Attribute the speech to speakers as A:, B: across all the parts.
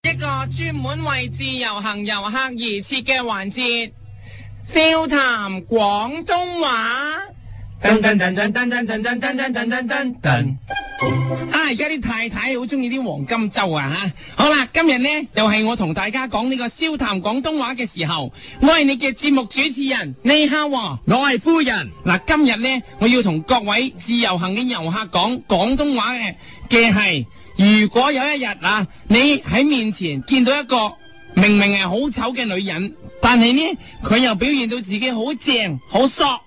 A: 一個專門為自由行遊客而設嘅環節，笑談廣東話。
B: 噔噔噔噔噔噔噔噔噔噔噔噔噔。
A: 啊！而家啲太太好中意啲黃金周啊吓。好啦，今日呢又係我同大家講呢個笑談廣東話嘅時候，我係你嘅節目主持人，你好喎。
B: 我係夫人，
A: 嗱，今日呢，我要同各位自由行嘅遊客講廣東話嘅嘅係，如果有一日啊，你喺面前見到一個明明係好醜嘅女人，但係呢，佢又表現到自己好正好索，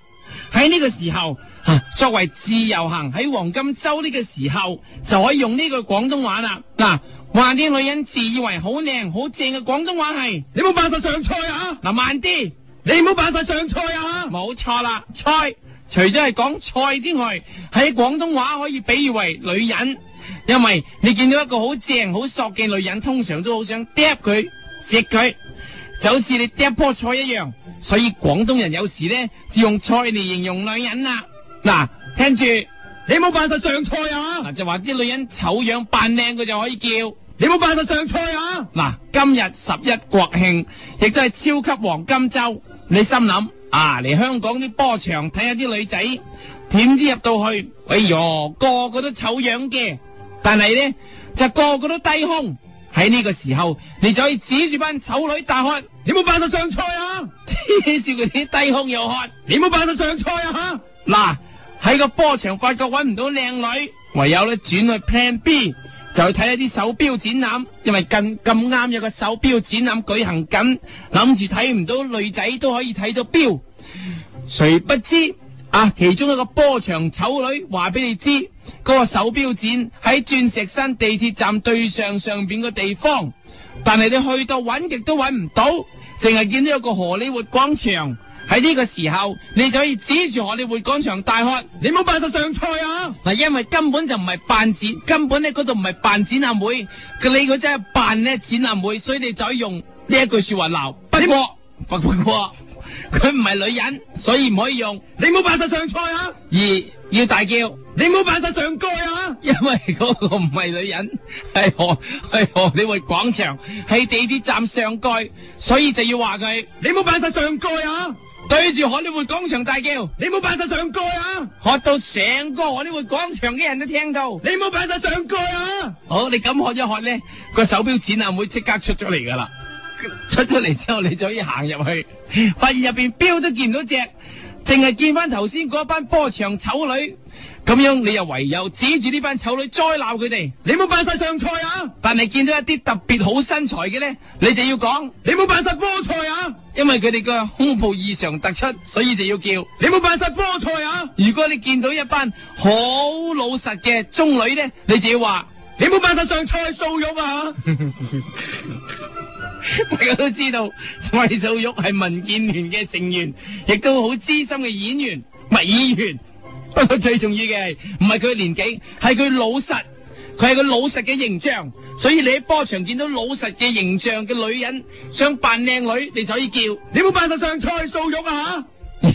A: 喺呢個時候。啊作為自由行喺黃金周呢個時候，就可以用呢句廣東話啦。嗱、話啲女人自以為好靚好正嘅廣東話係，
B: 你冇扮晒上菜啊！
A: 嗱、慢啲。
B: 你冇扮晒上菜啊！
A: 冇錯啦，菜除咗係講菜之外，喺廣東話可以比喻為女人，因為你見到一個好正好索嘅女人，通常都好想嗒佢食佢，就好似你嗒棵菜一樣。所以廣東人有時呢，就用菜嚟形容女人啦。嗱，聽住
B: 你冇扮晒上菜啊！
A: 嗱就話啲女人醜樣扮靚，佢就可以叫。
B: 你冇扮晒上菜啊！
A: 嗱，今日十一國慶，亦都係超級黃金周。你心諗啊，嚟香港啲波場睇下啲女仔，點知入到去，哎喲，個個都醜樣嘅，但係呢，就個個都低胸。喺呢個時候，你就可以指住班醜女大喝，
B: 你冇扮晒上菜啊！
A: 黐住佢啲低胸又 喝。
B: 你冇扮晒上菜啊！
A: 嗱，喺個波場發覺揾唔到靚女，唯有咧轉去 Plan B，就去睇一啲手錶展覽，因為近咁啱有個手錶展覽舉行緊，諗住睇唔到女仔都可以睇到錶。誰不知啊，其中一個波場醜女話俾你知，嗰、個手錶展喺鑽石山地鐵站對上上邊個地方，但係你去到揾極都揾唔到，淨係見到有個荷里活廣場。喺呢個時候，你就可以指住荷里活廣場大喝。
B: 你冇扮晒上菜啊！
A: 嗱，因為根本就唔係辦展，根本咧嗰度唔係辦展覽會，佢你嗰真係辦咧展覽會，所以你就可以用呢一句說話鬧。不過，不不過，佢唔係女人，所以唔可以用，
B: 你冇扮晒上菜啊！
A: 而要大叫，
B: 你冇扮晒上蓋啊！
A: 因為嗰個唔係女人，係荷係荷里活廣場，喺地鐵站上蓋，所以就要話佢
B: 你冇扮晒上蓋啊！
A: 對住荷里活廣場大叫，
B: 你冇扮晒上蓋啊！
A: 喝到成個荷里活廣場嘅人都聽到。
B: 你冇扮晒上蓋啊！
A: 好，你咁喝一喝咧，個手錶展覽會即刻出咗嚟噶啦。出咗嚟之後，你就可以行入去，發現入邊錶都見唔到隻，淨係見翻頭先嗰班波長醜女。咁樣你又唯有指住呢班醜女再鬧佢哋。
B: 你冇扮晒上菜啊！
A: 但係見到一啲特別好身材嘅咧，你就要講，
B: 你冇扮晒菠菜啊！
A: 因為佢哋個胸部異常突出，所以就要叫。
B: 你冇扮晒菠菜啊！
A: 如果你見到一班好老實嘅中女咧，你就要話。
B: 你冇扮晒上菜素肉啊！
A: 大家都知道蔡素玉係民建聯嘅成員，亦都好資深嘅演員，唔係議員。不過最重要嘅係唔係佢年紀，係佢老 實，佢係個老實嘅形象。所以你喺波場見到老實嘅形象嘅女人，想扮靚女，你就可以叫。
B: 你冇扮晒上菜素肉啊！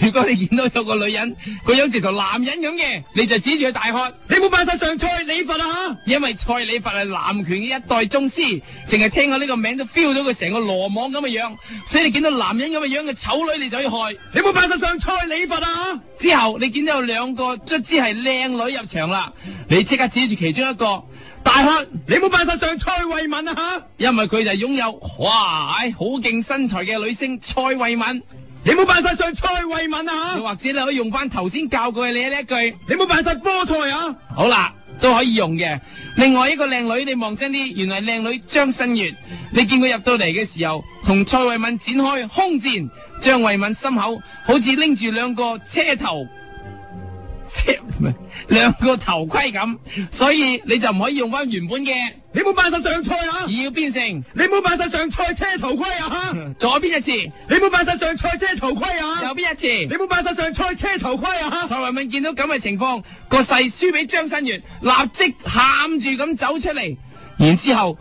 A: 如果你見到有個女人個樣直頭男人咁嘅，你就指住佢大喝。
B: 你冇扮晒上菜你佛啊！
A: 因為蔡李佛係南拳嘅一代宗師，淨係聽我呢個名都 feel 到佢成個羅網咁嘅樣，所以你見到男人咁嘅樣嘅醜女，你就去害。
B: 你冇扮晒上菜你佛啊！
A: 之後你見到有兩個卒之係靚女入場啦，你即刻指住其中一個大喝，
B: 你冇扮晒上菜慧敏啊！
A: 因為佢就係擁有哇唉好勁身材嘅女星蔡慧敏。
B: 你冇扮晒上菜慧敏
A: 又
B: 啊！
A: 或者你可以用翻頭先教過你呢一句，
B: 你冇扮晒菠菜啊！
A: 好啦，都可以用嘅。另外一個靚女，你望真啲，原來靚女張新月，你見佢入到嚟嘅時候，同蔡慧敏展開空戰，張慧敏心口好似拎住兩個車頭， 車唔係兩個頭盔咁，所以你就唔可以用翻原本嘅，
B: 你冇扮晒上菜啊
A: 而！要變成
B: 你冇扮晒上菜車頭盔啊！
A: 左邊一次，
B: 你冇扮晒上菜車頭盔啊
A: 右！邊一
B: 你
A: 次。
B: 冇扮晒上菜車頭盔啊！
A: 蔡慧敏見到咁嘅情況，個勢輸俾張新月，立即喊住咁走出嚟，然之後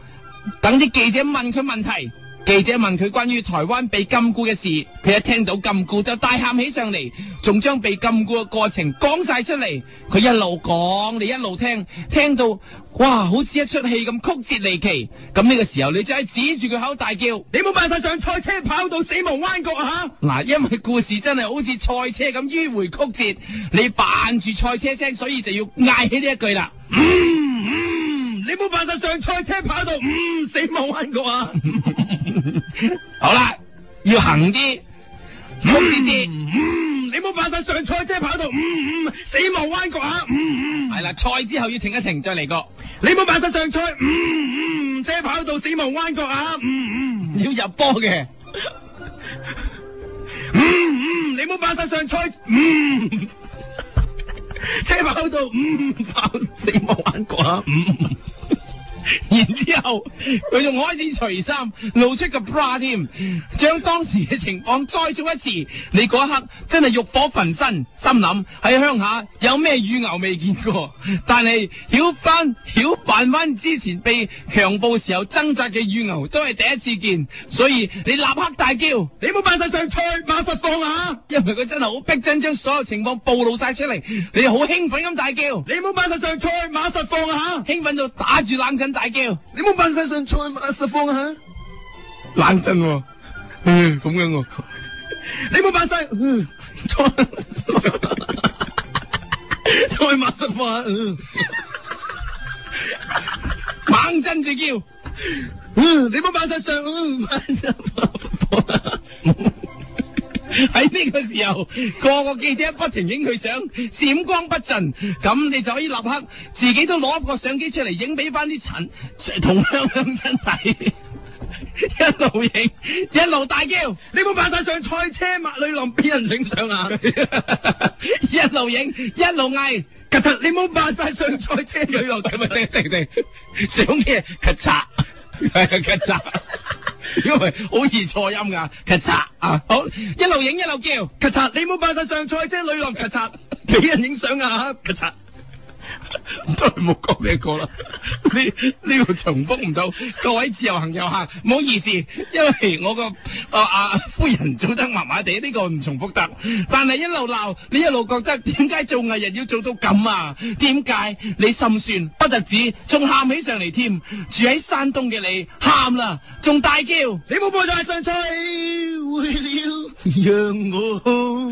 A: 等啲記者問佢問題，記者問佢關於台灣被禁錮嘅事，佢一聽到禁錮就大喊起上嚟，仲將被禁錮嘅過程講晒出嚟。佢一路講，你一路聽，聽到哇，好似一出戲咁曲折離奇。咁呢個時候，你就係指住佢口大叫。
B: 你冇辦法上賽車跑道死無彎角啊
A: 嗱，因為故事真係好似賽車咁迂迴曲折，你扮住賽車聲，所以就要嗌起呢一句啦。
B: 吓！嗯嗯，你冇辦法上賽車跑道，嗯死無彎角啊！
A: 好啦，要行啲，曲折啲。
B: 嗯，你冇辦法上賽車跑道，嗯嗯死無彎角啊！嗯嗯，
A: 係啦，賽之後要停一停，再嚟過。
B: 你冇辦法上賽，嗯嗯車跑道死無彎角啊！嗯嗯，
A: 要入波嘅，
B: 嗯嗯，你冇辦法上賽，嗯。 車跑道，嗯，跑 死無彎角啊！嗯，
A: 然之後佢仲開始除衫，露出個 bra 添，將當時嘅情況再做一次。你嗰一刻真係欲火焚身，心諗喺鄉下有咩乳牛未見過，但係曉翻曉扮翻之前被強暴時候掙扎嘅乳牛都係第一次見，所以你立刻大叫。
B: 你冇辦法上賽馬實況啊！
A: 因為佢真係好逼真，將所有情況暴露晒出嚟，你好興奮咁大叫，
B: 你冇辦法上賽馬實況啊！
A: 興奮到打住冷震大叫，
B: 你冇辦法上賽馬實況啊！
A: 冷震 喎、嗯咁樣喎、
B: 你冇辦法上嗯賽 賽馬實況啊！嗯
A: 猛震住叫，
B: 嗯，你冇辦法上嗯馬實況啊！
A: 喺呢個時候，個個記者不停影佢相，閃光不盡，咁你就可以立刻自己都攞個相機出嚟影俾翻啲陳同鄉鄉親 睇。一路影，一路大叫，
B: 你冇辦法上賽車馬女郎俾人影相 啊！
A: 一路影，一路嗌，
B: 曱甴，你冇辦法上賽車女郎咁
A: 咁啊
B: 啊！
A: 停停停，相機咔嚓， 咔 嚓，因為好易錯音㗎，咔嚓啊！好，一路影一路叫。
B: 曱甴，你冇辦法上賽車女郎曱 甴俾人影相啊！曱甴，
A: 都係冇講呢一個啦。呢呢個重複唔到，各位自由行遊客，唔好意思，因為我個啊啊夫人做得麻麻地，呢、個唔重複得。但係一路鬧，你一路覺得點解做藝人要做到咁啊？點解你心酸不特止，仲喊起上嚟添？住喺山東嘅你喊啦，仲大叫，
B: 你冇辦法上賽會了，讓我好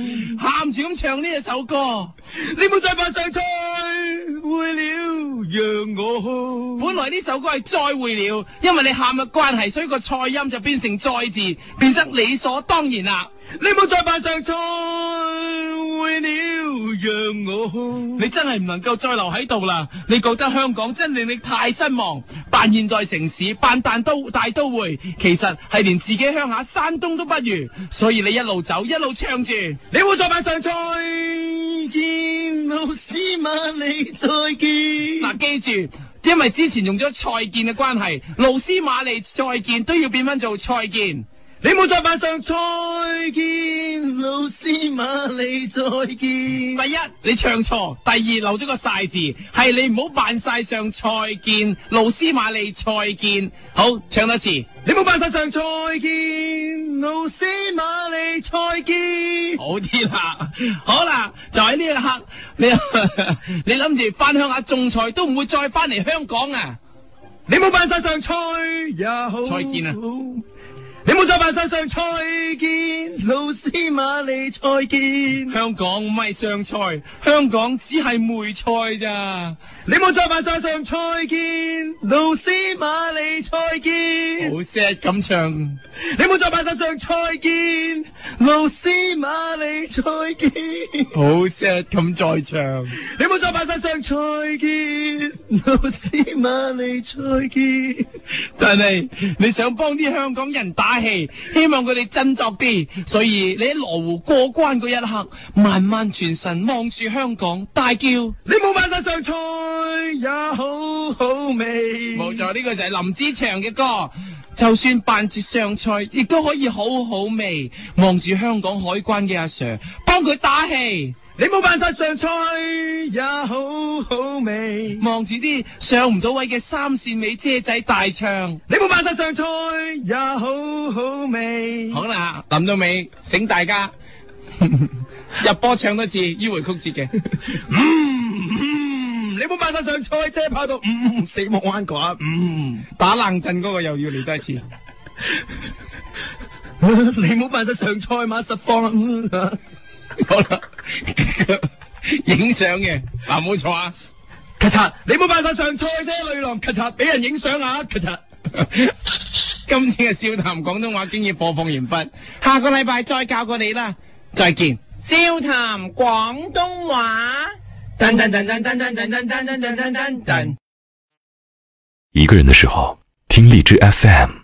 A: 喊住咁唱呢一首歌。
B: 你冇再扮上菜會了，讓我好。
A: 本來呢首歌係再會了，因為你喊嘅關係，所以個錯音就變成再字，變得理所當然啦。
B: 你冇再扮上菜會了，讓我好。
A: 你真係唔能夠再留喺度啦！你覺得香港真令你太失望，扮現代城市，扮大都大都會，其實係連自己鄉下山東都不如，所以你一路走一路唱住，
B: 你冇再扮上菜見老師馬你再見。
A: 嗱、記住。因為之前用咗蔡健嘅關係，勞斯馬利再見都要變翻做蔡健。
B: 你冇再扮上菜見老師馬你再見。
A: 第一，你唱錯；第二，漏咗個晒字，係你唔好扮晒上蔡健、勞斯馬利蔡健。好，唱多次。
B: 你冇扮晒上菜見老師馬你再見。
A: 好啲啦，好啦，就喺呢一刻，你你 諗住翻鄉下種菜都唔會再翻嚟香港啊！
B: 你冇扮晒上菜也好，
A: 再見啊
B: 你冇再扮晒上菜見，老師馬你再見。
A: 香港唔係上菜，香港只係梅菜咋。
B: 你冇再扮晒上菜見，老師馬你再見。
A: 好 sad 咁唱，
B: 你冇再扮晒上菜見，老師馬你再見。
A: 好 sad 咁再唱。
B: 你冇再扮晒上菜見，老師馬你再見。
A: 但係你想幫啲香港人打氣，希望佢哋振作啲，所以你喺羅湖過關嗰一刻，慢慢全神望住香港，大叫。
B: 你冇扮晒上菜也好好味。
A: 冇錯，呢、個就係林子祥嘅歌。就算扮住上菜，亦都可以好好味。望住香港海關嘅阿 Sir，幫佢打氣。
B: 你冇扮晒上菜也好好味，
A: 望住啲上唔到位嘅三線尾姐仔大唱。
B: 你冇扮晒上菜也好好味。
A: 好啦，諗到尾，醒大家 入波唱多次，迂回曲折嘅。
B: 嗯，嗯你冇扮晒上菜啫，跑到嗯死亡彎角啊，嗯，
A: 打冷震嗰個又要嚟多一次。
B: 你冇扮晒上菜嘛，實況啊嗯啊，
A: 好啦，影相嘅嗱，冇錯啊。
B: 咔嚓，你冇扮晒上菜啫，女郎，咔嚓，俾人影相啊，咔嚓，
A: 今次嘅笑談廣東話經已播放完畢，下個禮拜再教過你啦，再見。笑談廣東話。噔噔噔噔噔噔噔噔噔噔噔噔噔。
C: 一个人的时候，听荔枝 FM。